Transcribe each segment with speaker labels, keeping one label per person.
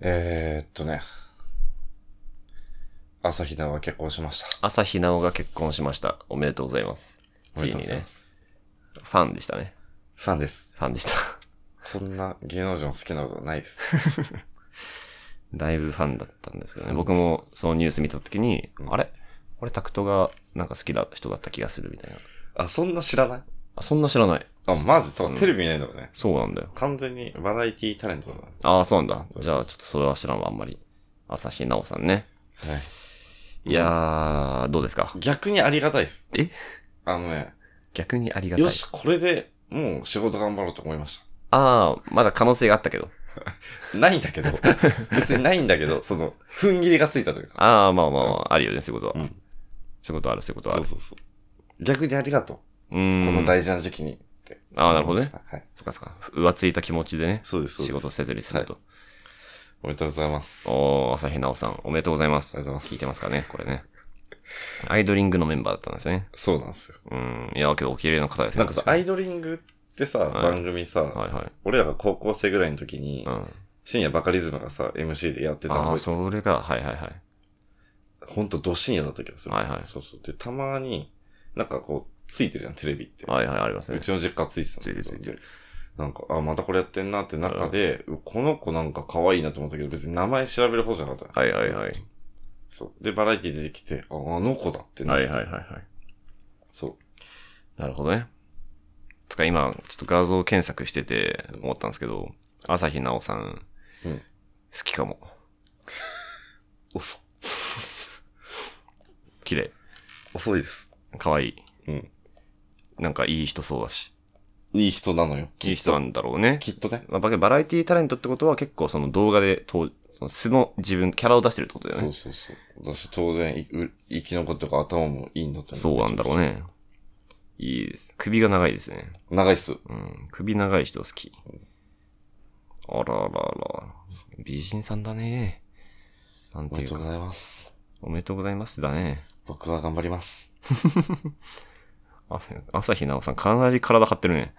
Speaker 1: えー、っとね。朝日奈は結婚しました。
Speaker 2: 朝日奈央が結婚しました。おめでとうございます。
Speaker 1: おめ
Speaker 2: つ
Speaker 1: で
Speaker 2: い
Speaker 1: とう
Speaker 2: に
Speaker 1: ござい
Speaker 2: ね
Speaker 1: ま。す。
Speaker 2: ファンでしたね。
Speaker 1: ファンです。
Speaker 2: ファンでした。
Speaker 1: こんな芸能人を好きなことはないです。
Speaker 2: だいぶファンだったんですけどね。
Speaker 1: うん
Speaker 2: 僕もそのニュース見たときに、
Speaker 1: うん
Speaker 2: あれこれタクトがなんか好きな人だった気がするみたいな。
Speaker 1: あ、そんな知らない
Speaker 2: あ、そんな知らない。
Speaker 1: あ、マジそうう、
Speaker 2: ん
Speaker 1: テレビ見ないんだもんね。
Speaker 2: そうなんだよ。
Speaker 1: 完全にバラエティタレントだね。
Speaker 2: ああ、そうなんだ。
Speaker 1: そうそう
Speaker 2: じゃあちょっとそれは知らんわ、あんまり。朝日奈央さんね。
Speaker 1: はい。
Speaker 2: いやー、どうですか
Speaker 1: 逆にありがたいです。
Speaker 2: え
Speaker 1: あのね、
Speaker 2: 逆にありがたい。
Speaker 1: よし、これでもう仕事頑張ろうと思いまし
Speaker 2: ああ、まだ可能性があったけど。
Speaker 1: た。ないんだ けど、別にないんだけど、その、踏ん切りがついたというか。
Speaker 2: ああ、まあまあまあ、あるよね、そういうこ
Speaker 1: う
Speaker 2: とは
Speaker 1: ん。
Speaker 2: そういうことある、そういうことはあ
Speaker 1: そう
Speaker 2: る。
Speaker 1: そうそう。逆にありがとう。
Speaker 2: うーん。
Speaker 1: この大事な時期にって。
Speaker 2: あーなるほどね。
Speaker 1: はい。
Speaker 2: そっかそっか。浮ついた気持ちでね、
Speaker 1: そうです、そうで
Speaker 2: 仕
Speaker 1: す。
Speaker 2: 事せずに済むと。
Speaker 1: おめでとうございます。あ
Speaker 2: おー、朝日奈央さん、おめでとうございます。
Speaker 1: りがとうございます。
Speaker 2: 聞いてますかね、これね。アイドリングのメンバーだったんですね。
Speaker 1: そうなんですよ。
Speaker 2: うん。いや、けどお綺麗な方ですね。
Speaker 1: なんかさ、アイドリングってさ、
Speaker 2: はい
Speaker 1: 番組さ、
Speaker 2: はいはい。
Speaker 1: 俺らが高校生ぐらいの時に、
Speaker 2: うん。
Speaker 1: 深夜バカリズムがさ、MC でやってた
Speaker 2: あ
Speaker 1: の
Speaker 2: あ、それが、はいはいはい。
Speaker 1: ほんとど深夜だった気がする。
Speaker 2: はいはい
Speaker 1: そうそう。で、たまに、なんかこう、ついてるじゃん、テレビって。
Speaker 2: はいはい、あります
Speaker 1: う
Speaker 2: ね。
Speaker 1: ちの実家ついてたんだけど
Speaker 2: ついてるついて
Speaker 1: でなんか、あ、またこれやってんなって中で、うこの子なんか可愛いなと思ったけど、別に名前調べる方じゃなかった。
Speaker 2: はいはいはい。
Speaker 1: そう。で、バラエティ出てきて、あ、あの子だってなっ
Speaker 2: はい
Speaker 1: て
Speaker 2: はいはいはい。
Speaker 1: そ
Speaker 2: なるほどね。つか今、ちょっと画像検索してて思ったんですけど、朝日奈央さん、
Speaker 1: う。うん。
Speaker 2: 好きかも。
Speaker 1: 遅。
Speaker 2: 綺麗。
Speaker 1: 遅いです。
Speaker 2: 可愛い。
Speaker 1: うん。
Speaker 2: なんかいい人そうだし。
Speaker 1: いい人なのよ。
Speaker 2: いい人なんだろうね。
Speaker 1: きっとね。
Speaker 2: まあ、ババラエティタレントってことは結構その動画でと、その素の自分、キャラを出してるってことだよ
Speaker 1: そう
Speaker 2: ね。
Speaker 1: そうそう。私当然い、う生き残ってるから頭もいいんだと
Speaker 2: そうなんだろうね。いいです。首が長いですね。
Speaker 1: う。長いっす。
Speaker 2: うん。首長い人好き。あららら。美人さんだね。なん
Speaker 1: お
Speaker 2: て
Speaker 1: めで
Speaker 2: いう
Speaker 1: とう
Speaker 2: か、
Speaker 1: ございます。
Speaker 2: おめでとうございますだね。
Speaker 1: 僕は頑張ります。
Speaker 2: 朝朝日奈央さん、かなり体張ってるね。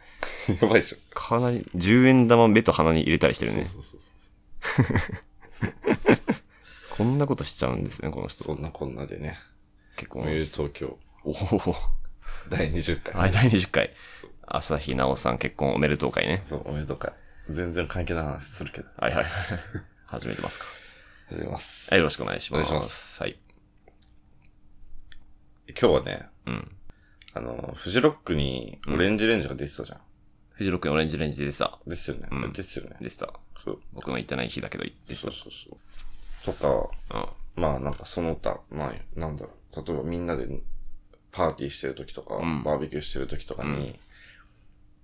Speaker 1: やばいでしょ。
Speaker 2: かなり、10円玉目と鼻に入れたりしてる
Speaker 1: そう
Speaker 2: ね。
Speaker 1: そうそうそう。
Speaker 2: こんなことしちゃうんですね、この
Speaker 1: そ
Speaker 2: 人。
Speaker 1: んなこんなでね。
Speaker 2: 結
Speaker 1: お
Speaker 2: 構。
Speaker 1: めでとう東京
Speaker 2: おお。
Speaker 1: 第20回。
Speaker 2: はい、第20回。朝日奈央さん結婚おめでとう会ね。
Speaker 1: そう、おめでとう会。全然関係ない話するけど。
Speaker 2: はいはい。始めて ますか。
Speaker 1: 始めます。
Speaker 2: はい、よろしくお願いします。。
Speaker 1: お願いします
Speaker 2: はい。
Speaker 1: 今日はね、
Speaker 2: うん。
Speaker 1: あの、フジロックにオレンジレンジが出てたじゃん。
Speaker 2: フジロックにオレンジレンジでさ、
Speaker 1: ですよね。
Speaker 2: うん
Speaker 1: ですよね。
Speaker 2: でした。
Speaker 1: そう。
Speaker 2: 僕の行ってない日だけど行って
Speaker 1: そ
Speaker 2: さ
Speaker 1: う。そうそう。とか、
Speaker 2: うん。
Speaker 1: まあなんかその他、まあなんだろう、例えばみんなでパーティーしてる時とか、
Speaker 2: うん
Speaker 1: バーベキューしてる時とかに、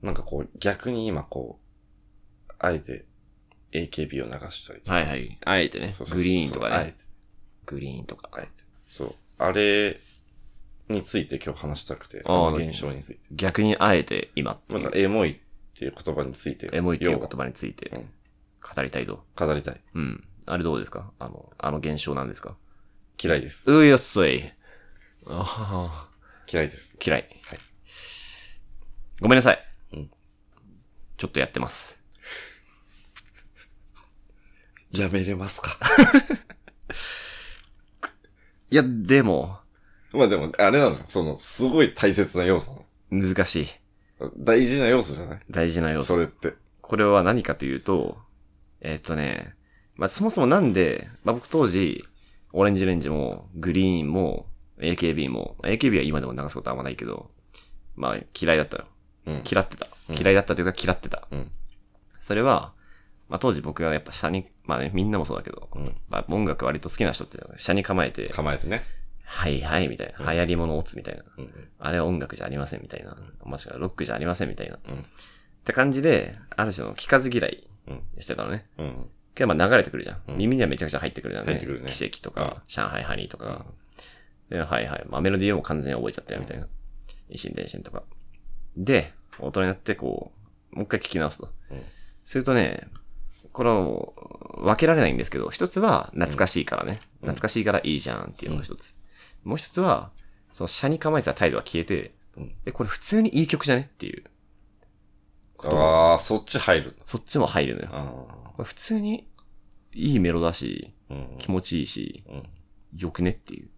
Speaker 1: なんかこう逆に今こう、あえて AKB を流したりとか
Speaker 2: はいはい。あえてね
Speaker 1: そう。そうそう
Speaker 2: グリーンとか
Speaker 1: そうあえ
Speaker 2: ね
Speaker 1: て。、
Speaker 2: グリーンとか。
Speaker 1: あえて。そう。あれについて今日話したくて、
Speaker 2: あー
Speaker 1: あの現象について。
Speaker 2: 逆にあえて今って
Speaker 1: ま
Speaker 2: いう
Speaker 1: だエモいっていう言葉について。
Speaker 2: エモいっていう
Speaker 1: 要
Speaker 2: 言
Speaker 1: は
Speaker 2: 葉について
Speaker 1: うん
Speaker 2: 語りたいと。
Speaker 1: 語りたい。
Speaker 2: うん。あれどうですかあの、あの現象なんですか
Speaker 1: 嫌いです。
Speaker 2: うーよっそい。ああ、
Speaker 1: 嫌いです。
Speaker 2: 嫌い。
Speaker 1: はい
Speaker 2: ごめんなさい。
Speaker 1: うん
Speaker 2: ちょっとやってます。
Speaker 1: やめれますか
Speaker 2: いや、でも、
Speaker 1: まあでも、あれなのよ。その、すごい大切な要素なの。
Speaker 2: 難しい。
Speaker 1: 大事な要素じゃない
Speaker 2: 大事な要素。
Speaker 1: それって。
Speaker 2: これは何かというと、えっ、とね、まあ、そもそもなんで、まあ、僕当時、オレンジレンジも、グリーンも、AKB も、まあ AKB は今でも流すことはあんまないけど、まあ、嫌いだったよ。
Speaker 1: うん。
Speaker 2: 嫌ってた。
Speaker 1: うん
Speaker 2: 嫌いだったというか、嫌ってた。
Speaker 1: うん
Speaker 2: それは、まあ、当時僕はやっぱ下に、まあね、みんなもそうだけど、
Speaker 1: うん
Speaker 2: まあ、音楽割と好きな人って、下に構えて、
Speaker 1: 構えてね。
Speaker 2: はいはい、みたい
Speaker 1: うん
Speaker 2: な。流行り物オツみたいな。
Speaker 1: うん。
Speaker 2: あれは音楽じゃありませんみたいな。もしくはロックじゃありませんみたいな。っ
Speaker 1: うん
Speaker 2: て感じで、ある種の聞かず嫌い
Speaker 1: うん
Speaker 2: してたのね。
Speaker 1: うん。
Speaker 2: けどまあ流れてくるじゃん。
Speaker 1: うん
Speaker 2: 耳にはめちゃくちゃ入ってくるじゃんね。
Speaker 1: 入ってくるね
Speaker 2: 奇跡とか、上海ハニーとか。で、はいはい。まあメロディーをもう完全に覚えちゃったよみたいな。一心伝心とか。で、大人になってこう、もう一回聞き直すと。
Speaker 1: うん
Speaker 2: するとね、これはもう分けられないんですけど、一つは懐かしいからね。
Speaker 1: うん
Speaker 2: 懐かしいからいいじゃんっていうのが一つ。もう一つは、その車に構えてた態度は消えて、
Speaker 1: うん
Speaker 2: え、これ普通にいい曲じゃねっていう。ことが
Speaker 1: ああ、そっち入るんだ。
Speaker 2: そっちも入るのよ。
Speaker 1: あ
Speaker 2: これ普通にいいメロだし、
Speaker 1: うん。
Speaker 2: 気持ちいいし、
Speaker 1: うん
Speaker 2: よくねっていう。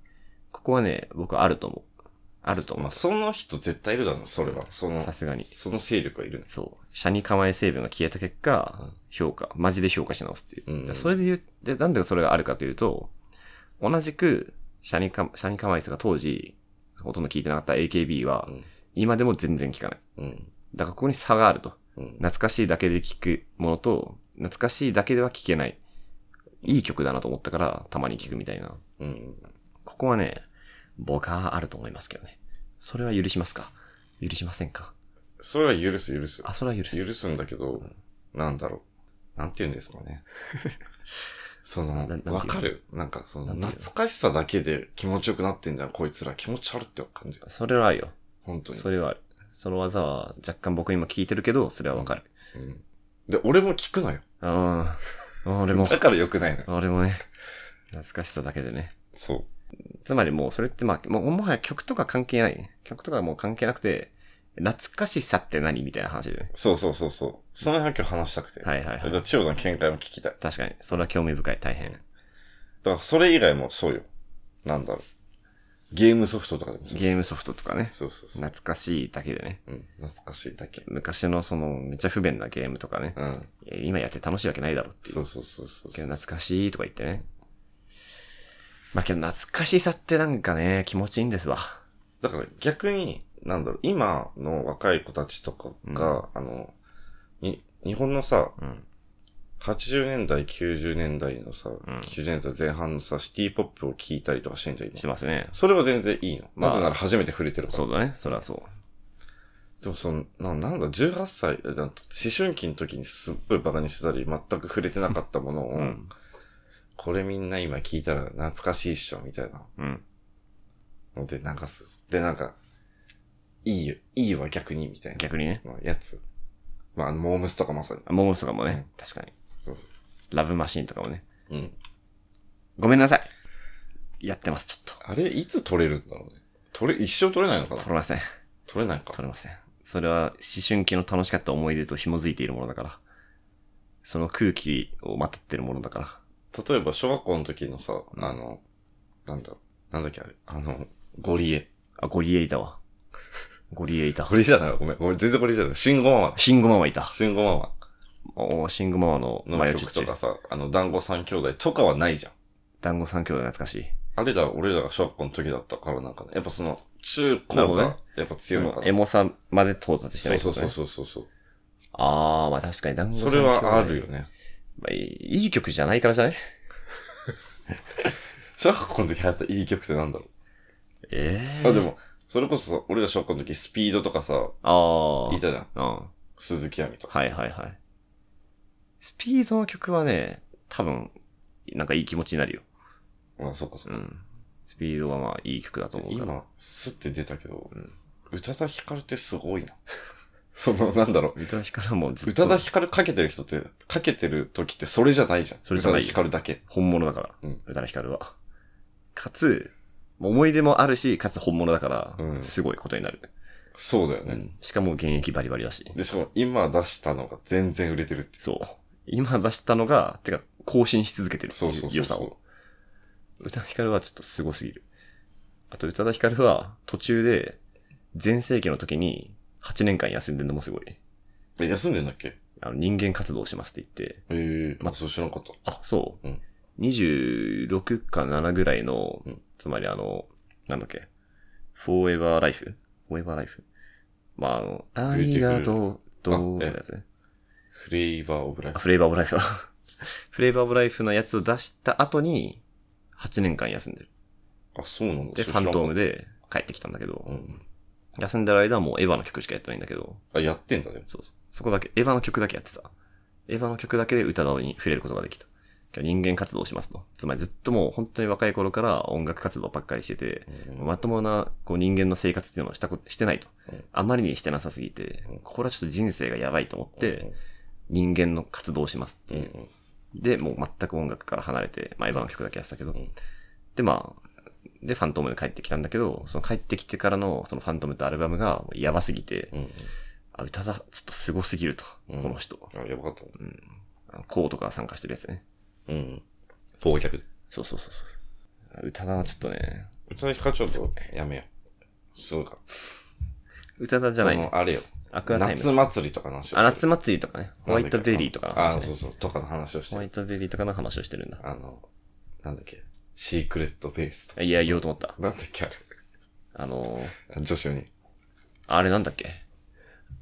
Speaker 2: ここはね、僕はあると思う。あると思。
Speaker 1: まあ、その人絶対いるだろうな、それは。そうの
Speaker 2: さ、すがに。
Speaker 1: その勢力はいるね。
Speaker 2: そう。社に構え成分が消えた結果、
Speaker 1: うん
Speaker 2: 評価、マジで評価し直すっていう。
Speaker 1: うん
Speaker 2: だからそれで言う、で、なんでそれがあるかというと、同じく、社にか、社に構えとが当時、ほとんど聞いてなかった AKB は、
Speaker 1: うん
Speaker 2: 今でも全然聞かない。
Speaker 1: うん。
Speaker 2: だからここに差があると。
Speaker 1: うん。
Speaker 2: 懐かしいだけで聞くものと、懐かしいだけでは聞けない。いい曲だなと思ったから、たまに聞くみたいな。
Speaker 1: うん。
Speaker 2: ここはね、僕はあると思いますけどね。それは許しますか許しませんか
Speaker 1: それは許す、許す。
Speaker 2: あ、それは許す。
Speaker 1: 許すんだけど、なんだろう。なんて言うんですかね。 そ
Speaker 2: な
Speaker 1: の
Speaker 2: なんて、言う
Speaker 1: わかるなんか、そ
Speaker 2: な
Speaker 1: の、
Speaker 2: んて言う
Speaker 1: 懐かしさだけで気持ちよくなってんだよ、こいつら。気持ち悪って感じ。
Speaker 2: それはあるよ。
Speaker 1: 本当に。
Speaker 2: それはある。その技は若干僕今聞いてるけど、それはわかる。
Speaker 1: うん。で、俺も聞くのよ。
Speaker 2: うん。俺も、
Speaker 1: だから良くないのよ。
Speaker 2: 俺もね、懐かしさだけでね。
Speaker 1: そう。
Speaker 2: つまりもうそれってまあ、もうもはや曲とか関係ないね。曲とかもう関係なくて、懐かしさって何みたいな話でね。
Speaker 1: そうそうそうそう。その辺は今日話したくて。
Speaker 2: はいはいは
Speaker 1: だから
Speaker 2: い。
Speaker 1: 千代田の見解も聞きたい。
Speaker 2: 確かに、それは興味深い、大
Speaker 1: うん
Speaker 2: 変。
Speaker 1: だからそれ以外もそうよ。なんだろう。ゲームソフトとかでもそう。
Speaker 2: ゲームソフトとかね。
Speaker 1: そうそうそう。
Speaker 2: 懐かしいだけでね。
Speaker 1: うん。懐かしいだけ。
Speaker 2: 昔のその、めっちゃ不便なゲームとかね。
Speaker 1: うん。
Speaker 2: いや今やって楽しいわけないだろっていう。
Speaker 1: そうそうそうそう
Speaker 2: け
Speaker 1: そ
Speaker 2: ど
Speaker 1: う。
Speaker 2: 懐かしいとか言ってね。まあけど懐かしさってなんかね、気持ちいいんですわ。
Speaker 1: だから逆に、なんだろう、今の若い子たちとかが、あの、に、日本のさ、
Speaker 2: うん。
Speaker 1: 80年代、90年代のさ、
Speaker 2: ん
Speaker 1: 90年代前半のさ、シティポップを聴いたりとかしてんじゃん、今
Speaker 2: してますね。
Speaker 1: それは全然いいの。
Speaker 2: まあ
Speaker 1: なぜなら初めて触れてるから。
Speaker 2: そうだね。それはそう。
Speaker 1: でもその、ななんだ、18歳、えなん思春期の時にすっごいバカにしてたり、全く触れてなかったものを、
Speaker 2: うん。
Speaker 1: これみんな今聞いたら懐かしいっしょ、みたいな
Speaker 2: うん。
Speaker 1: ので流す。で、なんか、いいよ、いいわ逆に、みたいな。
Speaker 2: 逆にね。
Speaker 1: のやつ。まあ、あのモームスとかまさに。
Speaker 2: あモームスとかもね。確かに。
Speaker 1: そうそ
Speaker 2: ラブマシーンとかもね。
Speaker 1: うそう。うん。
Speaker 2: ごめんなさい。やってます、ちょっ
Speaker 1: あれ、いつ取れるんだろうね。取れ、一生取れないのか
Speaker 2: と。
Speaker 1: な
Speaker 2: 取れません。
Speaker 1: 取れないか。
Speaker 2: 取れません。それは思春期の楽しかった思い出と紐づいているものだから。その空気をまとってるものだから。
Speaker 1: 例えば、小学校の時のさ、あの、なんだろう、なんだっけあれ、あの、ゴリエ。
Speaker 2: あ、ゴリエいたわ。ゴリエいた
Speaker 1: ゴ。リエじゃないごめん。俺全然ゴリエじゃない。シンゴママ。
Speaker 2: シンゴママいた。
Speaker 1: シンゴママ
Speaker 2: おーシンゴママのマ
Speaker 1: の
Speaker 2: ヨチュ
Speaker 1: 曲
Speaker 2: ッチ
Speaker 1: と
Speaker 2: ュ
Speaker 1: か。さ、あの、団子三兄弟とかはないじゃん。
Speaker 2: 団子三兄弟懐かしい。
Speaker 1: あれら、俺らが小学校の時だったからなんかね、やっぱその、中
Speaker 2: なる
Speaker 1: 高
Speaker 2: ほど
Speaker 1: が
Speaker 2: ね、
Speaker 1: やっぱ強
Speaker 2: そ
Speaker 1: いのか
Speaker 2: の
Speaker 1: な。
Speaker 2: エモさまで到達してな
Speaker 1: そ
Speaker 2: いうって
Speaker 1: そ
Speaker 2: こ
Speaker 1: うそ
Speaker 2: とね、
Speaker 1: うそうそうそう。
Speaker 2: あー、まあ確かに団子
Speaker 1: それはあるよ
Speaker 2: ね。
Speaker 1: ね。
Speaker 2: まあ、いいいい曲じゃないからじゃない
Speaker 1: 小学校の時流行ったいい曲ってなんだろう
Speaker 2: ええ
Speaker 1: あ、で。も、それこそさ、俺ら小学校の時、スピードとかさ、
Speaker 2: ああ。
Speaker 1: いたじゃん。
Speaker 2: うん。は
Speaker 1: 鈴木亜美とか。
Speaker 2: いはいはい。スピードの曲はね、多分、なんかいい気持ちになるよ。
Speaker 1: まあ、そっかそっ
Speaker 2: う
Speaker 1: か。
Speaker 2: ん。スピードはまあいい曲だと思うから。
Speaker 1: 今、スって出たけど、宇多田ヒカルってすごいな。 その、なんだろ
Speaker 2: 宇多田ヒカルはもう
Speaker 1: う。
Speaker 2: ず
Speaker 1: 宇
Speaker 2: っと
Speaker 1: 多田ヒカルかけてる人って、かけてる時ってそれじゃないじゃん。
Speaker 2: それ
Speaker 1: 宇
Speaker 2: じゃ
Speaker 1: 多
Speaker 2: な
Speaker 1: 田
Speaker 2: いよ
Speaker 1: ヒカルだけ。
Speaker 2: 本物だから。
Speaker 1: うん
Speaker 2: 宇多田ヒカルは。かつ、思い出もあるし、かつ本物だから、
Speaker 1: うん
Speaker 2: すごいことになる。
Speaker 1: そうだよね。
Speaker 2: うんしかも現役バリバリだし。
Speaker 1: で、しかも今出したのが全然売れてるって。
Speaker 2: そう。今出したのが、てか、更新し続けてるって
Speaker 1: そうそうそ
Speaker 2: いうう
Speaker 1: そう
Speaker 2: 良さを。宇多田ヒカルはちょっとすごすぎる。あと、宇多田ヒカルは途中で、前世紀の時に8年間休んでんのもすごい。
Speaker 1: え、休んでんだっけ
Speaker 2: あの、人間活動をしますって言って、
Speaker 1: ええま
Speaker 2: ま
Speaker 1: あ、そう知らなかった。
Speaker 2: あ、そう。
Speaker 1: うん
Speaker 2: 26か7ぐらいの、
Speaker 1: うん
Speaker 2: つまりあの、なんだっけ、フォーエバーライフフォーエバーライフまあ、あの、ありがとう、どう
Speaker 1: あえ
Speaker 2: やつね。
Speaker 1: フレーバーオブライ
Speaker 2: あ
Speaker 1: フ。
Speaker 2: フレーバーオブライフだ。 フレーバーオブライフのやつを出した後に、8年間休んでる。
Speaker 1: あ、そうなんだ。
Speaker 2: で、
Speaker 1: そ
Speaker 2: フ
Speaker 1: れ知らな
Speaker 2: ァン
Speaker 1: か
Speaker 2: ト
Speaker 1: っ
Speaker 2: ムで帰ってきたんだけど、
Speaker 1: たうん。
Speaker 2: 休んでる間はもうエヴァの曲しかやってないんだけど、
Speaker 1: あ、やってんだね。
Speaker 2: そうそう。そこだけ、エヴァの曲だけやってた。エヴァの曲だけで歌に触れることができた。人間活動をしますと。つまりずっともう本当に若い頃から音楽活動ばっかりしてて、
Speaker 1: うん
Speaker 2: まともなこう人間の生活っていうのをしたこしてないと
Speaker 1: うん。
Speaker 2: あまりにしてなさすぎて
Speaker 1: うん、
Speaker 2: これはちょっと人生がやばいと思って、、人間の活動をしますって
Speaker 1: うん
Speaker 2: いううんで、もう全く音楽から離れて、まあ、エヴァの曲だけやってたけど、
Speaker 1: ん
Speaker 2: で、まあ、で、ファントムで帰ってきたんだけど、その帰ってきてからの、そのファントムってアルバムが、やばすぎて、
Speaker 1: うん。
Speaker 2: あ、歌だ、ちょっと凄すぎると、
Speaker 1: うん
Speaker 2: この人。
Speaker 1: あ、やばかったね。
Speaker 2: あのコーとか参加してるやつね。
Speaker 1: うん。忘却。
Speaker 2: そうそうそうそう。宇多田はちょっとね、
Speaker 1: 宇多田ヒカルちょっとやめよう。すごいから。
Speaker 2: 宇多田じゃない
Speaker 1: そ
Speaker 2: ね。
Speaker 1: のあれよ。
Speaker 2: アクアタイム。
Speaker 1: 夏祭りとかの話を
Speaker 2: あ、
Speaker 1: して
Speaker 2: 夏
Speaker 1: る
Speaker 2: 祭りとかね。ホワイトベリーとかの
Speaker 1: あ
Speaker 2: 話
Speaker 1: あ、
Speaker 2: ね
Speaker 1: そうそう。とかの話をし
Speaker 2: ホ
Speaker 1: て
Speaker 2: ワ
Speaker 1: る。
Speaker 2: イトベリーとかの話をしてるんだ。
Speaker 1: あの、なんだっけ。シークレットベースとか。
Speaker 2: いや、言おうと思った。
Speaker 1: なんだっけ、あれ。
Speaker 2: あのー、
Speaker 1: 女子に。
Speaker 2: あれなんだっけ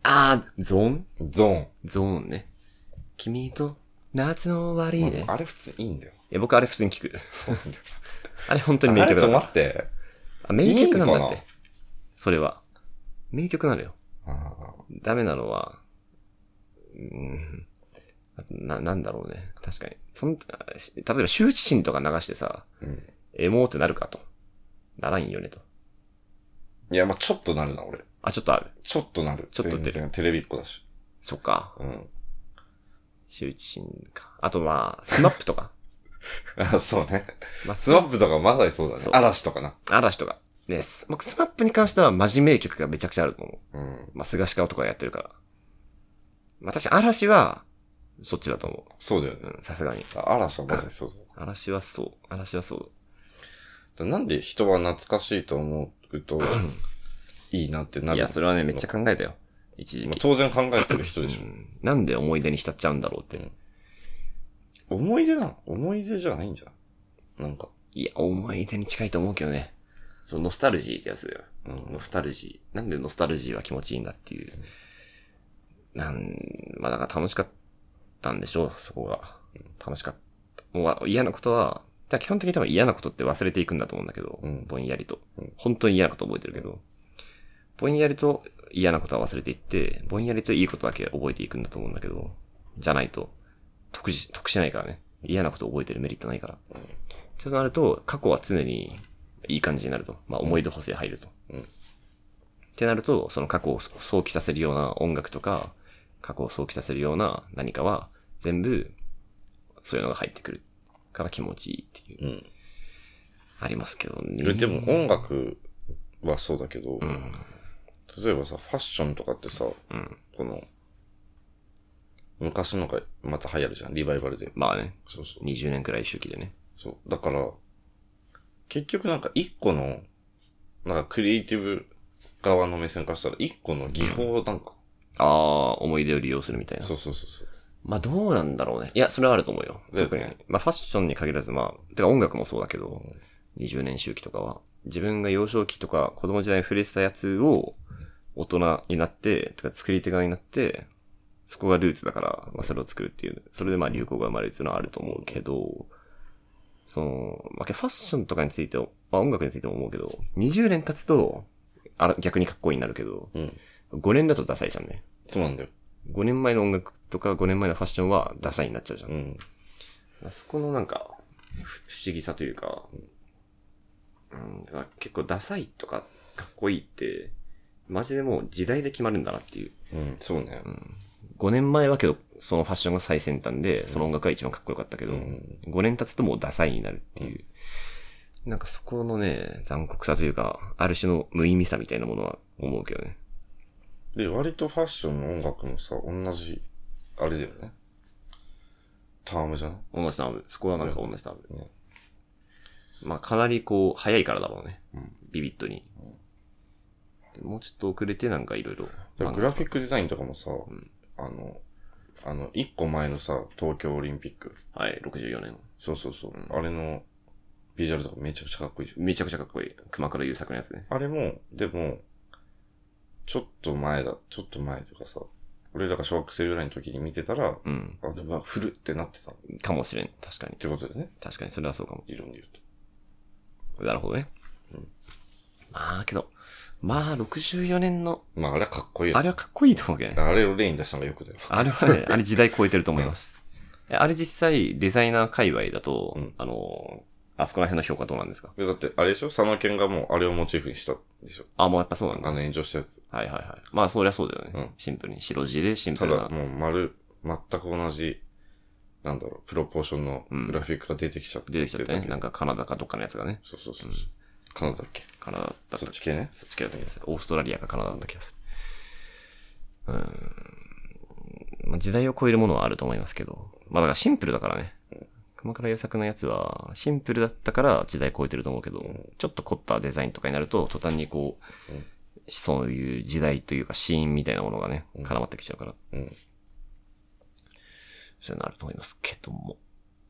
Speaker 2: あー、ゾーン
Speaker 1: ゾーン。
Speaker 2: ゾーンね。君と夏の終わりで。い
Speaker 1: あれ普通にいいんだよ。
Speaker 2: や、僕あれ普通に聞く。
Speaker 1: そうなんだよ。
Speaker 2: あれ本当に
Speaker 1: あ
Speaker 2: 名
Speaker 1: れ
Speaker 2: 曲
Speaker 1: ちょ
Speaker 2: だ
Speaker 1: っと
Speaker 2: から。
Speaker 1: 待って。
Speaker 2: あ、名曲なん
Speaker 1: いい
Speaker 2: だ
Speaker 1: の
Speaker 2: っ
Speaker 1: かな
Speaker 2: て。それは。名曲なのよ。
Speaker 1: ああ
Speaker 2: ダメなのは、うん、な、なんだろうね。確かに。そん、あし例えば、羞恥心とか流してさ、
Speaker 1: うん。
Speaker 2: エモーってなるかと。ならんよねと。
Speaker 1: いや、まあちょっとなるな、俺。
Speaker 2: あ、ちょっとある。
Speaker 1: ちょっとなる。
Speaker 2: ちょっと出る
Speaker 1: 全然テレビっ子だし。
Speaker 2: そっか。
Speaker 1: うん。
Speaker 2: 羞恥心か。あとまあ、スマップとか。
Speaker 1: あ、そうね。
Speaker 2: まあ、
Speaker 1: スマップとかまさにそうだね
Speaker 2: そ。う
Speaker 1: 嵐とかな。
Speaker 2: 嵐とか。ね、す僕、スマップに関しては真面目曲がめちゃくちゃあると思う。
Speaker 1: うん。
Speaker 2: まあ、菅氏顔とかやってるから。まあ、確かに嵐は、そっちだと思
Speaker 1: そうだよ
Speaker 2: う。
Speaker 1: ね。
Speaker 2: うん、さすがに。
Speaker 1: あ嵐はまさにそうだよ。
Speaker 2: 嵐はそう。嵐はそう。
Speaker 1: だからなんで人は懐かしいと思う と、いいなってないる
Speaker 2: や、それはね、めっちゃ考えたよ。一時
Speaker 1: まあ
Speaker 2: 期。
Speaker 1: 当然考えてる人でしょ
Speaker 2: う。んなんで思い出に浸っちゃうんだろうって。
Speaker 1: うん思い出なの思い出じゃないんじゃないなんか。
Speaker 2: いや、思い出に近いと思うけどね。そのノスタルジーってやつだよ。
Speaker 1: うん
Speaker 2: ノ。スタルジー。なんでノスタルジーは気持ちいいんだっていう。なん、まあだから楽しかったんでしょう、そこが。楽しかった。もう嫌なことは、じゃあ基本的に多分嫌なことって忘れていくんだと思うんだけど、
Speaker 1: うん
Speaker 2: ぼんやりと
Speaker 1: うん。
Speaker 2: 本当に嫌なこと覚えてるけど、ぼんやりと嫌なことは忘れていって、ぼんやりといいことだけ覚えていくんだと思うんだけど、じゃないと、得し、得しないからね。嫌なこと覚えてるメリットないから。そうなると、過去は常にいい感じになると。まあ思い出補正入ると。
Speaker 1: うん
Speaker 2: ってなると、その過去を想起させるような音楽とか、過去を想起させるような何かは、全部、そういうのが入ってくるから気持ちいいっていう、
Speaker 1: うん。
Speaker 2: ありますけどね。
Speaker 1: えでも音楽はそうだけど、
Speaker 2: うん。
Speaker 1: 例えばさ、ファッションとかってさ、
Speaker 2: うん。
Speaker 1: この、昔のがまた流行るじゃん、リバイバルで。
Speaker 2: まあね、
Speaker 1: そうそう。
Speaker 2: 20年くらい周期でね。
Speaker 1: そう。だから、結局なんか一個の、なんかクリエイティブ側の目線からしたら、一個の技法なんか。
Speaker 2: ああ、思い出を利用するみたいな。
Speaker 1: そうそうそうそう。
Speaker 2: まあどうなんだろうね。いや、それはあると思うよ。
Speaker 1: だよ
Speaker 2: 特に
Speaker 1: ね。
Speaker 2: まあファッションに限らず、まあ、てか音楽もそうだけど、20年周期とかは、自分が幼少期とか子供時代に触れてたやつを、大人になって、とか作り手側になって、そこがルーツだから、まあそれを作るっていう、それでまあ流行が生まれるっていうのはあると思うけど、その、まあ、ファッションとかについても、まあ音楽についても思うけど、20年経つと、あら逆にかっこいいになるけど、
Speaker 1: うん。
Speaker 2: 5年だとダサいじゃんね。
Speaker 1: そうなんだよ。
Speaker 2: 5年前の音楽とか5年前のファッションはダサいになっちゃうじゃん。
Speaker 1: うん。
Speaker 2: あそこのなんか、ふ不思議さというか、うん、だから結構ダサいとかかっこいいって、マジでもう時代で決まるんだなっていう。
Speaker 1: うん、そうね。
Speaker 2: 5年前はけど、そのファッションが最先端で、その音楽が一番かっこよかったけど、
Speaker 1: ん
Speaker 2: 5年経つともうダサいになるっていう。なんかそこのね、残酷さというか、ある種の無意味さみたいなものは思うけどね。
Speaker 1: で、割とファッションの音楽もさ、同じ、あれだよね。タームじゃない
Speaker 2: 同じターム。そこはなんか同じターム。
Speaker 1: ね
Speaker 2: まあ、かなりこう、早いからだろうね。
Speaker 1: うん
Speaker 2: ビビッドに。でもうちょっと遅れてなんかいろいろ。
Speaker 1: でもグラフィックデザインとかもさ、
Speaker 2: ん
Speaker 1: あの、あの、一個前のさ、東京オリンピック。
Speaker 2: はい、64年。
Speaker 1: そうそうそう。
Speaker 2: うん
Speaker 1: あれの、ビジュアルとかめちゃくちゃかっこいいじゃん。
Speaker 2: めちゃくちゃかっこいい。熊倉優作のやつね。
Speaker 1: あれも、でも、ちょっと前だ、ちょっと前とかさ、俺らが小学生ぐらいの時に見てたら、
Speaker 2: うん。
Speaker 1: あ、でも、古ってなってたっ
Speaker 2: かもしれん。確かに。
Speaker 1: てことだよね。
Speaker 2: 確かに、それはそうかも。
Speaker 1: 理論で言うと。
Speaker 2: なるほどね。まあ、けど、まあ、64年の、
Speaker 1: まあ、あれはかっこいいよ
Speaker 2: あ。れはかっこいいと思うけどね。
Speaker 1: あれを例に出したのがよくだよ。
Speaker 2: あれは ね、あれ時代超えてると思います。あれ実際、デザイナー界隈だと、
Speaker 1: うん
Speaker 2: あの、あそこら辺の評価どうなんですか
Speaker 1: でだって、あれでしょ佐野健がもう、あれをモチーフにしたでしょ
Speaker 2: あ、もうやっぱそうなんだ
Speaker 1: あ。の炎上したやつ。
Speaker 2: はいはいはい。まあ、そりゃそうだよね。
Speaker 1: うん
Speaker 2: シンプルに。白地でシンプ
Speaker 1: た
Speaker 2: ル
Speaker 1: だ、
Speaker 2: な。
Speaker 1: もう、丸、全く同じ、なんだろう、プロポーションの
Speaker 2: うん
Speaker 1: グラフィックが出てきちゃって
Speaker 2: 出てきちゃったね。
Speaker 1: だけ
Speaker 2: なんかカナダかどっかのやつがね。
Speaker 1: そうそうそうそう。カナダだっけ
Speaker 2: カナダだった
Speaker 1: そっち系ね。
Speaker 2: そっち系だった気がする。オーストラリアかカナダだった気がする。うーん。まあ、時代を超えるものはあると思いますけど。まあ、だからシンプルだからね。熊倉優作のやつは、シンプルだったから時代超えてると思うけど、ちょっと凝ったデザインとかになると、途端にこう、
Speaker 1: うん
Speaker 2: そういう時代というかシーンみたいなものがね、
Speaker 1: うん
Speaker 2: 絡まってきちゃうから、
Speaker 1: うん。
Speaker 2: そういうのあると思いますけども。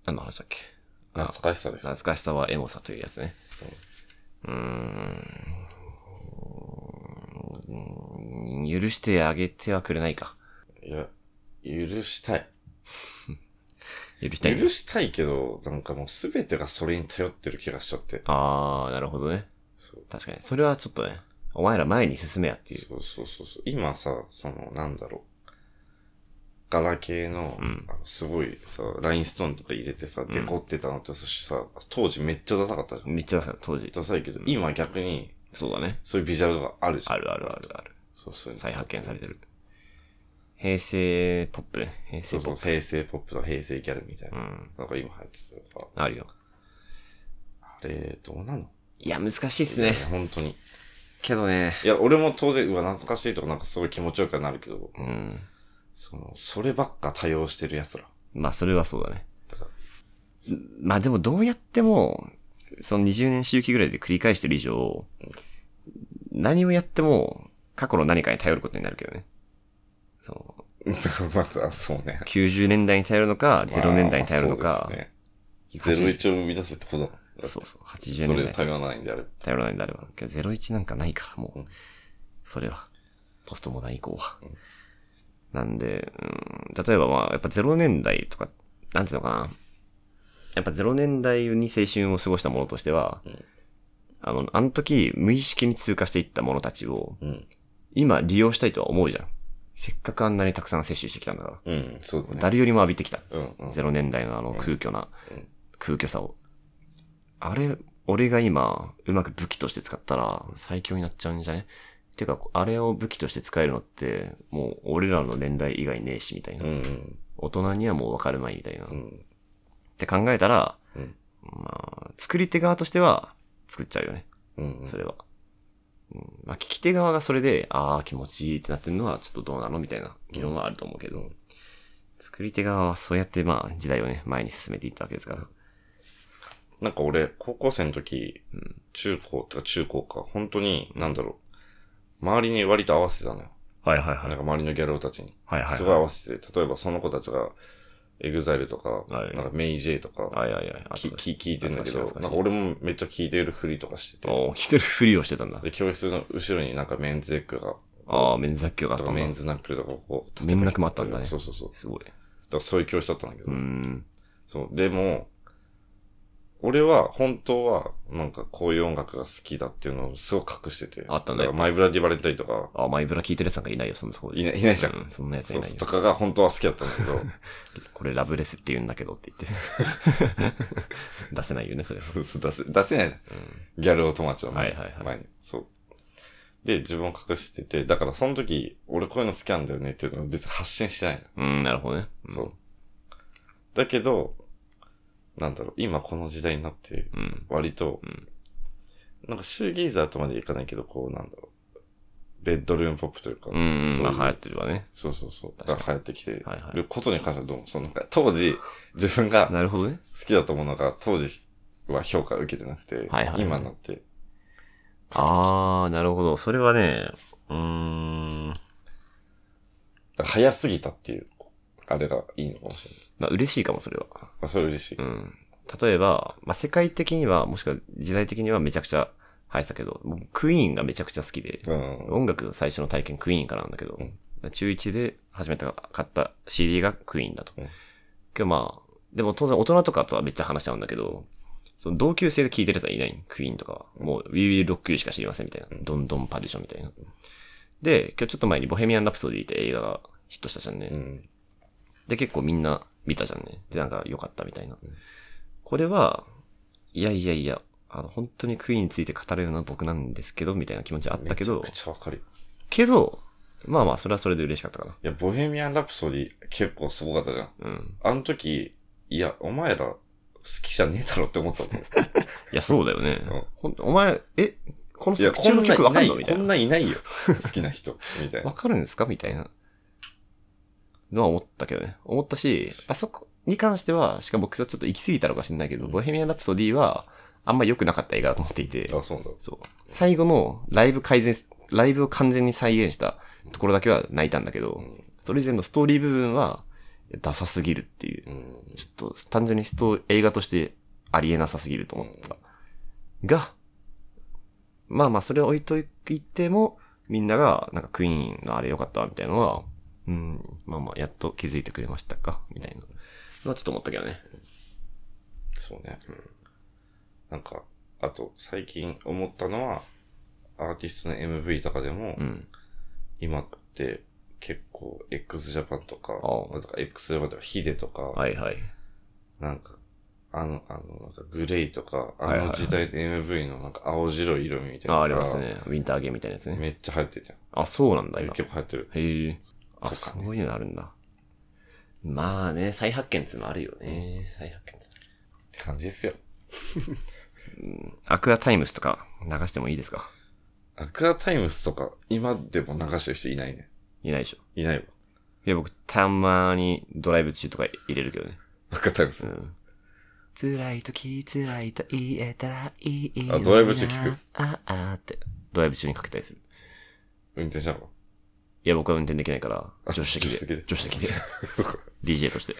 Speaker 2: 何の話だっけ
Speaker 1: 懐かしさです。
Speaker 2: 懐かしさはエモさというやつね。うーん。うーん許してあげてはくれないか。
Speaker 1: いや、許したい。
Speaker 2: 許したいんだ
Speaker 1: 許したいけど、なんかもうすべてがそれに頼ってる気がしちゃって。
Speaker 2: あー、なるほどね。
Speaker 1: そう
Speaker 2: 確かに。それはちょっとね、お前ら前に進めやっていう。
Speaker 1: そうそうそうそう。今さ、その、なんだろう。ガラケーの、
Speaker 2: うん
Speaker 1: あのすごいさ、ラインストーンとか入れてさ、デコってたのってさ、当時めっちゃダサかったじゃん。
Speaker 2: めっちゃださ、当時。
Speaker 1: ダサいけど、今逆に、
Speaker 2: そうだね。
Speaker 1: そういうビジュアルがあるじゃん。
Speaker 2: あるあるあるある。
Speaker 1: そうそう。
Speaker 2: 再発見されてる。平成ポップね。平
Speaker 1: そ
Speaker 2: 成
Speaker 1: う
Speaker 2: ポ
Speaker 1: そ
Speaker 2: ッ
Speaker 1: う、
Speaker 2: プ。
Speaker 1: 平成ポップと平成ギャルみたいうな。
Speaker 2: ん。
Speaker 1: なんか今流行ってたとか。
Speaker 2: あるよ。
Speaker 1: あれ、どうなの
Speaker 2: いや、難しいっすね
Speaker 1: い。や本当に。
Speaker 2: けどね。
Speaker 1: いや、俺も当然、うわ、懐かしいとかなんかすごい気持ちよくはなるけど、
Speaker 2: うん。
Speaker 1: その、そればっか多用してる奴ら。
Speaker 2: まあ、それはそうだね。
Speaker 1: だから、
Speaker 2: まあでもどうやっても、その20年周期ぐらいで繰り返してる以上、何をやっても過去の何かに頼ることになるけどね。その
Speaker 1: まだ、そうね。
Speaker 2: 90年代に頼るのか、0年代に頼るの
Speaker 1: まあ
Speaker 2: か、
Speaker 1: そうですね。01を生み出せってことだもん
Speaker 2: そうそう、
Speaker 1: そ
Speaker 2: 80
Speaker 1: れ
Speaker 2: 年
Speaker 1: を
Speaker 2: 代
Speaker 1: 頼らないんであれば。
Speaker 2: 頼らないんであれば。けど01なんかないか、もう。
Speaker 1: うん
Speaker 2: それは。ポストモダン以降は。なんで、うん、例えばまあ、やっぱ0年代とか、なんていうのかな。やっぱ0年代に青春を過ごしたものとしては、
Speaker 1: ん
Speaker 2: あの、あの時無意識に通過していったものたちを、
Speaker 1: うん。
Speaker 2: 今利用したいとは思うじゃん。せっかくあんなにたくさん摂取してきたんだから。
Speaker 1: うん、そうだね。
Speaker 2: 誰よりも浴びてきた。
Speaker 1: うん、うん。
Speaker 2: 0年代のあの空虚な
Speaker 1: うん、
Speaker 2: 空虚さを。あれ、俺が今、うまく武器として使ったら、最強になっちゃうんじゃねてか、あれを武器として使えるのって、もう俺らの年代以外ねえし、みたいな
Speaker 1: う。ん、
Speaker 2: 大人にはもうわかるまい、みたいな。
Speaker 1: う
Speaker 2: っ
Speaker 1: ん。
Speaker 2: て考えたら、
Speaker 1: うん
Speaker 2: まあ、作り手側としては、作っちゃうよね。
Speaker 1: うん。
Speaker 2: それは。うん、まあ、聞き手側がそれで、ああ、気持ちいいってなってるのは、ちょっとどうなのみたいな議論はあると思うけ
Speaker 1: う
Speaker 2: ど、
Speaker 1: ん
Speaker 2: 作り手側はそうやって、まあ、時代をね、前に進めていったわけですから。
Speaker 1: なんか俺、高校生の時、
Speaker 2: うん
Speaker 1: 中高とか中高か、本当に、なんだろう、周りに割と合わせてたのよ。
Speaker 2: はいはい
Speaker 1: なんか周りのギャル男たちに。
Speaker 2: はいはいはい
Speaker 1: すごい合わせて、例えばその子たちが、エグザイルとか、
Speaker 2: はい
Speaker 1: なんかメイジェイとか、
Speaker 2: はいはいはい。あ
Speaker 1: きき聞いてんだけど、な
Speaker 2: 懐か
Speaker 1: ん
Speaker 2: しい
Speaker 1: か
Speaker 2: 懐かしい
Speaker 1: 俺もめっちゃ聞いてるふりとかしてて、
Speaker 2: おー聞いてるふりをしてたんだ。
Speaker 1: で、教室の後ろになんかメンズエッグが、
Speaker 2: ああ、メンズ雑居があっ
Speaker 1: と
Speaker 2: た
Speaker 1: か
Speaker 2: ん
Speaker 1: メン
Speaker 2: だ。
Speaker 1: ズナックルとかこう、
Speaker 2: 面なくもあったんだね
Speaker 1: そうそうそう。だ
Speaker 2: すごい。
Speaker 1: からそういう教室だったんだけど、
Speaker 2: うーん。
Speaker 1: そう。でも、俺は本当はなんかこういう音楽が好きだっていうのをすごく隠してて。
Speaker 2: あったんだ
Speaker 1: からマイブラディバレンタインとか、
Speaker 2: ああ、マイブラ聞いてるやつなんかいないよ、そんなとこで。
Speaker 1: いないいないじゃん。
Speaker 2: うん、そんなやつ
Speaker 1: そ
Speaker 2: いうない
Speaker 1: そう
Speaker 2: よ
Speaker 1: と。かが本当は好きだったんだけ ど、
Speaker 2: これラブレスって言うんだけど って言って。出せないよね、それは。
Speaker 1: そうそう出せ、出せないじゃん。ギャル男友達の前,、
Speaker 2: はいはいはい
Speaker 1: 前に。そう。で、自分を隠してて、だからその時、俺こういうの好きなんだよねっていうのを別に発信してないの。
Speaker 2: うん、なるほどね。ん
Speaker 1: そう。。だけど、なんだろう、今この時代になって、
Speaker 2: うん。
Speaker 1: 割と、
Speaker 2: うん
Speaker 1: なんかシューギーザーとまでいかないけど、こうなんだろう、ベッドルームポップというか、
Speaker 2: うん
Speaker 1: そうい
Speaker 2: ん、まあ流行ってるわね。
Speaker 1: そうそうそう、
Speaker 2: 確か
Speaker 1: が
Speaker 2: に
Speaker 1: 流行ってきて
Speaker 2: はいはい
Speaker 1: ることに関してはどうも、そのなんか当時、自分が
Speaker 2: なるほどね。
Speaker 1: 好きだと思うのが、当時は評価を受けてなくて、
Speaker 2: はいはいはい
Speaker 1: 今になって、
Speaker 2: あー、なるほど。それはね、うーん。
Speaker 1: だから早すぎたっていう、あれがいいのかもしれない。
Speaker 2: まあ嬉しいかも、それは。
Speaker 1: まあ、それ嬉しい。
Speaker 2: うん。例えば、まあ世界的には、もしくは時代的にはめちゃくちゃ流行ってたけど、僕クイーンがめちゃくちゃ好きで、
Speaker 1: うん。
Speaker 2: 音楽の最初の体験クイーンからなんだけど、中1で初めて買った CD がクイーンだと。
Speaker 1: うん
Speaker 2: けどまあ、でも当然大人とかとはめっちゃ話しちゃうんだけど、その同級生で聴いてるやつはいない。クイーンとかは。もう、We Will Rock You しか知りませんみたいな。どんどんパディションみたいな。で、今日ちょっと前にボヘミアン・ラプソディって映画がヒットしたじゃんね。
Speaker 1: うん。
Speaker 2: で、結構みんな見たじゃんね。で、なんか良かったみたいな。これは、いやいやいや、あの、本当にクイーンについて語るような僕なんですけど、みたいな気持ちはあったけ
Speaker 1: め
Speaker 2: ど
Speaker 1: ちゃく、ちゃわかるよ。
Speaker 2: けど、まあまあ、それはそれで嬉しかったかな。
Speaker 1: いや、ボヘミアン・ラプソディ結構すごかったじゃん。
Speaker 2: うん。
Speaker 1: あの時、いや、お前ら好きじゃねえだろって思ってた もん。
Speaker 2: いや、そうだよね
Speaker 1: うん。
Speaker 2: ほんお前、え、この
Speaker 1: いや、
Speaker 2: 作
Speaker 1: こ
Speaker 2: 中の
Speaker 1: んな
Speaker 2: 曲わ
Speaker 1: いなん
Speaker 2: か
Speaker 1: い、
Speaker 2: のみた
Speaker 1: こ
Speaker 2: い
Speaker 1: ん
Speaker 2: な。
Speaker 1: ないないよ。好きな人、みたい
Speaker 2: わ
Speaker 1: な。
Speaker 2: かるんですかみたいな。のは思ったけどね。思ったし、あそこ、に関しては、しかも僕はちょっと行き過ぎたのか知らないけど、ボヘミアン・ラプソディは、あんま良くなかった映画だと思っていて、
Speaker 1: あ、そうなんだ。
Speaker 2: そう。最後のライブ改善、ライブを完全に再現したところだけは泣いたんだけど、それ以前のストーリー部分は、ダサすぎるっていう。
Speaker 1: うん。
Speaker 2: ちょっと、単純にスト映画としてありえなさすぎると思った。が、まあまあ、それを置いといても、みんなが、なんかクイーンのあれ良かったわみたいなのは、うん、まあまあ、やっと気づいてくれましたか、みたいなのはちょっと思ったけどね。
Speaker 1: そうね。なんか、あと、最近思ったのは、アーティストの MV とかでも、
Speaker 2: うん。
Speaker 1: 今って結構 x ジャパンとか、
Speaker 2: ああ
Speaker 1: なんとか x ジャパンとかヒデとか、
Speaker 2: はいはい。
Speaker 1: なんか、あの、あの、なんかグレイとか、あ
Speaker 2: はいはいは
Speaker 1: の
Speaker 2: い
Speaker 1: 時代の MV のなんか青白い色味みたいなの
Speaker 2: あ、
Speaker 1: が
Speaker 2: ありますね。ウィンターゲームみたいなやつね。
Speaker 1: めっちゃ流行ってるじ
Speaker 2: あ、そうなん
Speaker 1: ゃ
Speaker 2: だ、
Speaker 1: ん。
Speaker 2: 今。
Speaker 1: 結構流行ってる。
Speaker 2: へえ。あ、
Speaker 1: とかね
Speaker 2: そういうのあるんだ。まあね、再発見っていうのもあるよね。再発見って
Speaker 1: って感じですよ。
Speaker 2: アクアタイムスとか流してもいいですか
Speaker 1: アクアタイムスとか、今でも流してる人いないね。
Speaker 2: いないでしょ。
Speaker 1: いないわ。
Speaker 2: いや、僕、たまにドライブ中とか入れるけどね。
Speaker 1: アクアタイムス
Speaker 2: う。ん。辛い時、辛いと言えたらいいのにな。
Speaker 1: あドライブ中聞く
Speaker 2: ああって。ドライブ中にかけたりする。
Speaker 1: 運転したの
Speaker 2: いや、僕は運転できないから、
Speaker 1: あ
Speaker 2: 助手席で。
Speaker 1: 助
Speaker 2: 助
Speaker 1: 手席
Speaker 2: 手席
Speaker 1: で
Speaker 2: で。DJ として。や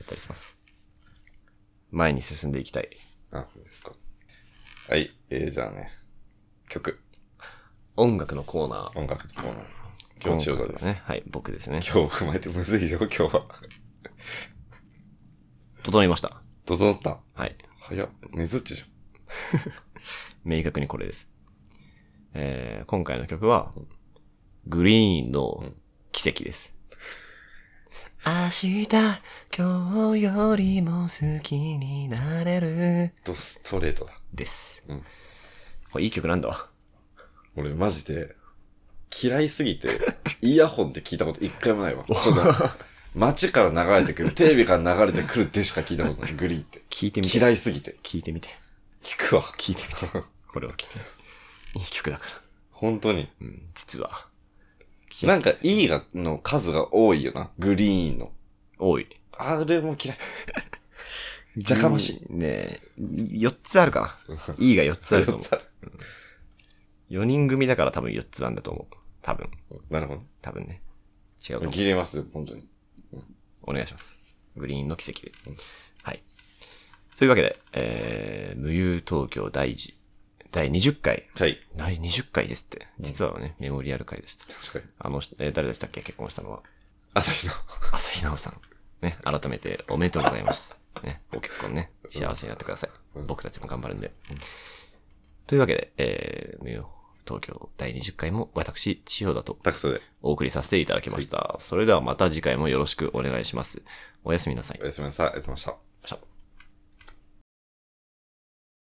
Speaker 2: ったりします。前に進んでいきたい。
Speaker 1: あ、そうですか。はい。えー、じゃあね。曲。
Speaker 2: 音楽のコーナー。
Speaker 1: 音楽のコーナー。今日千代田です。
Speaker 2: ね。はい、僕ですね。
Speaker 1: 今日を踏まえてむずいよ、今日は。
Speaker 2: 整いました。
Speaker 1: 整った。
Speaker 2: はい。
Speaker 1: 早っ。ねずっちじ
Speaker 2: 明確にこれです。えー、今回の曲は、グリーンの奇跡です。明日、今日よりも好きになれる。
Speaker 1: ゃん。とストレートだ。
Speaker 2: です。
Speaker 1: うん
Speaker 2: これいい曲なんだわ。
Speaker 1: 俺マジで、嫌いすぎて、イヤホンで聞いたこと一回もない わ。その街から流れてくる、テレビから流れてくるでしか聞いたことない、グリーンって。
Speaker 2: 聞いてみて。
Speaker 1: 嫌いすぎて。
Speaker 2: 聞いてみて。
Speaker 1: 聞くわ。
Speaker 2: 聞いてみて。これは聞いて。いい曲だか
Speaker 1: 本当に。
Speaker 2: ら。うん、実は。
Speaker 1: なんか E が、の数が多いよな。グリーンの。
Speaker 2: 多い。
Speaker 1: あれも嫌い。じゃかましい。
Speaker 2: い。ねえ、4つあるかな。E が4つある と思う。4人組だから多分4つなんだと思う。多分。
Speaker 1: なるほどね。
Speaker 2: 多分ね。違うかも
Speaker 1: 聞いてますよ、本当に。
Speaker 2: お願いします。グリーンの奇跡で。はい。というわけで、えー、無憂東京第1、第20回。
Speaker 1: はい。
Speaker 2: 第20回ですって。実はね、メモリアル回でした。
Speaker 1: 確かに。
Speaker 2: あの、えー誰でしたっけ結婚したのは。
Speaker 1: 朝日の。
Speaker 2: 朝日奈央さん。ね、改めておめでとうございます。ね、ご結婚ね、幸せになってください。僕たちも頑張るんで。というわけで、えー、無憂東京第20回も私、千代田と
Speaker 1: タクトで。
Speaker 2: お送りさせていただきました。それではまた次回もよろしくお願いします。おやすみなさい
Speaker 1: お。やすみなさい。ありがとうございました。
Speaker 2: シャッ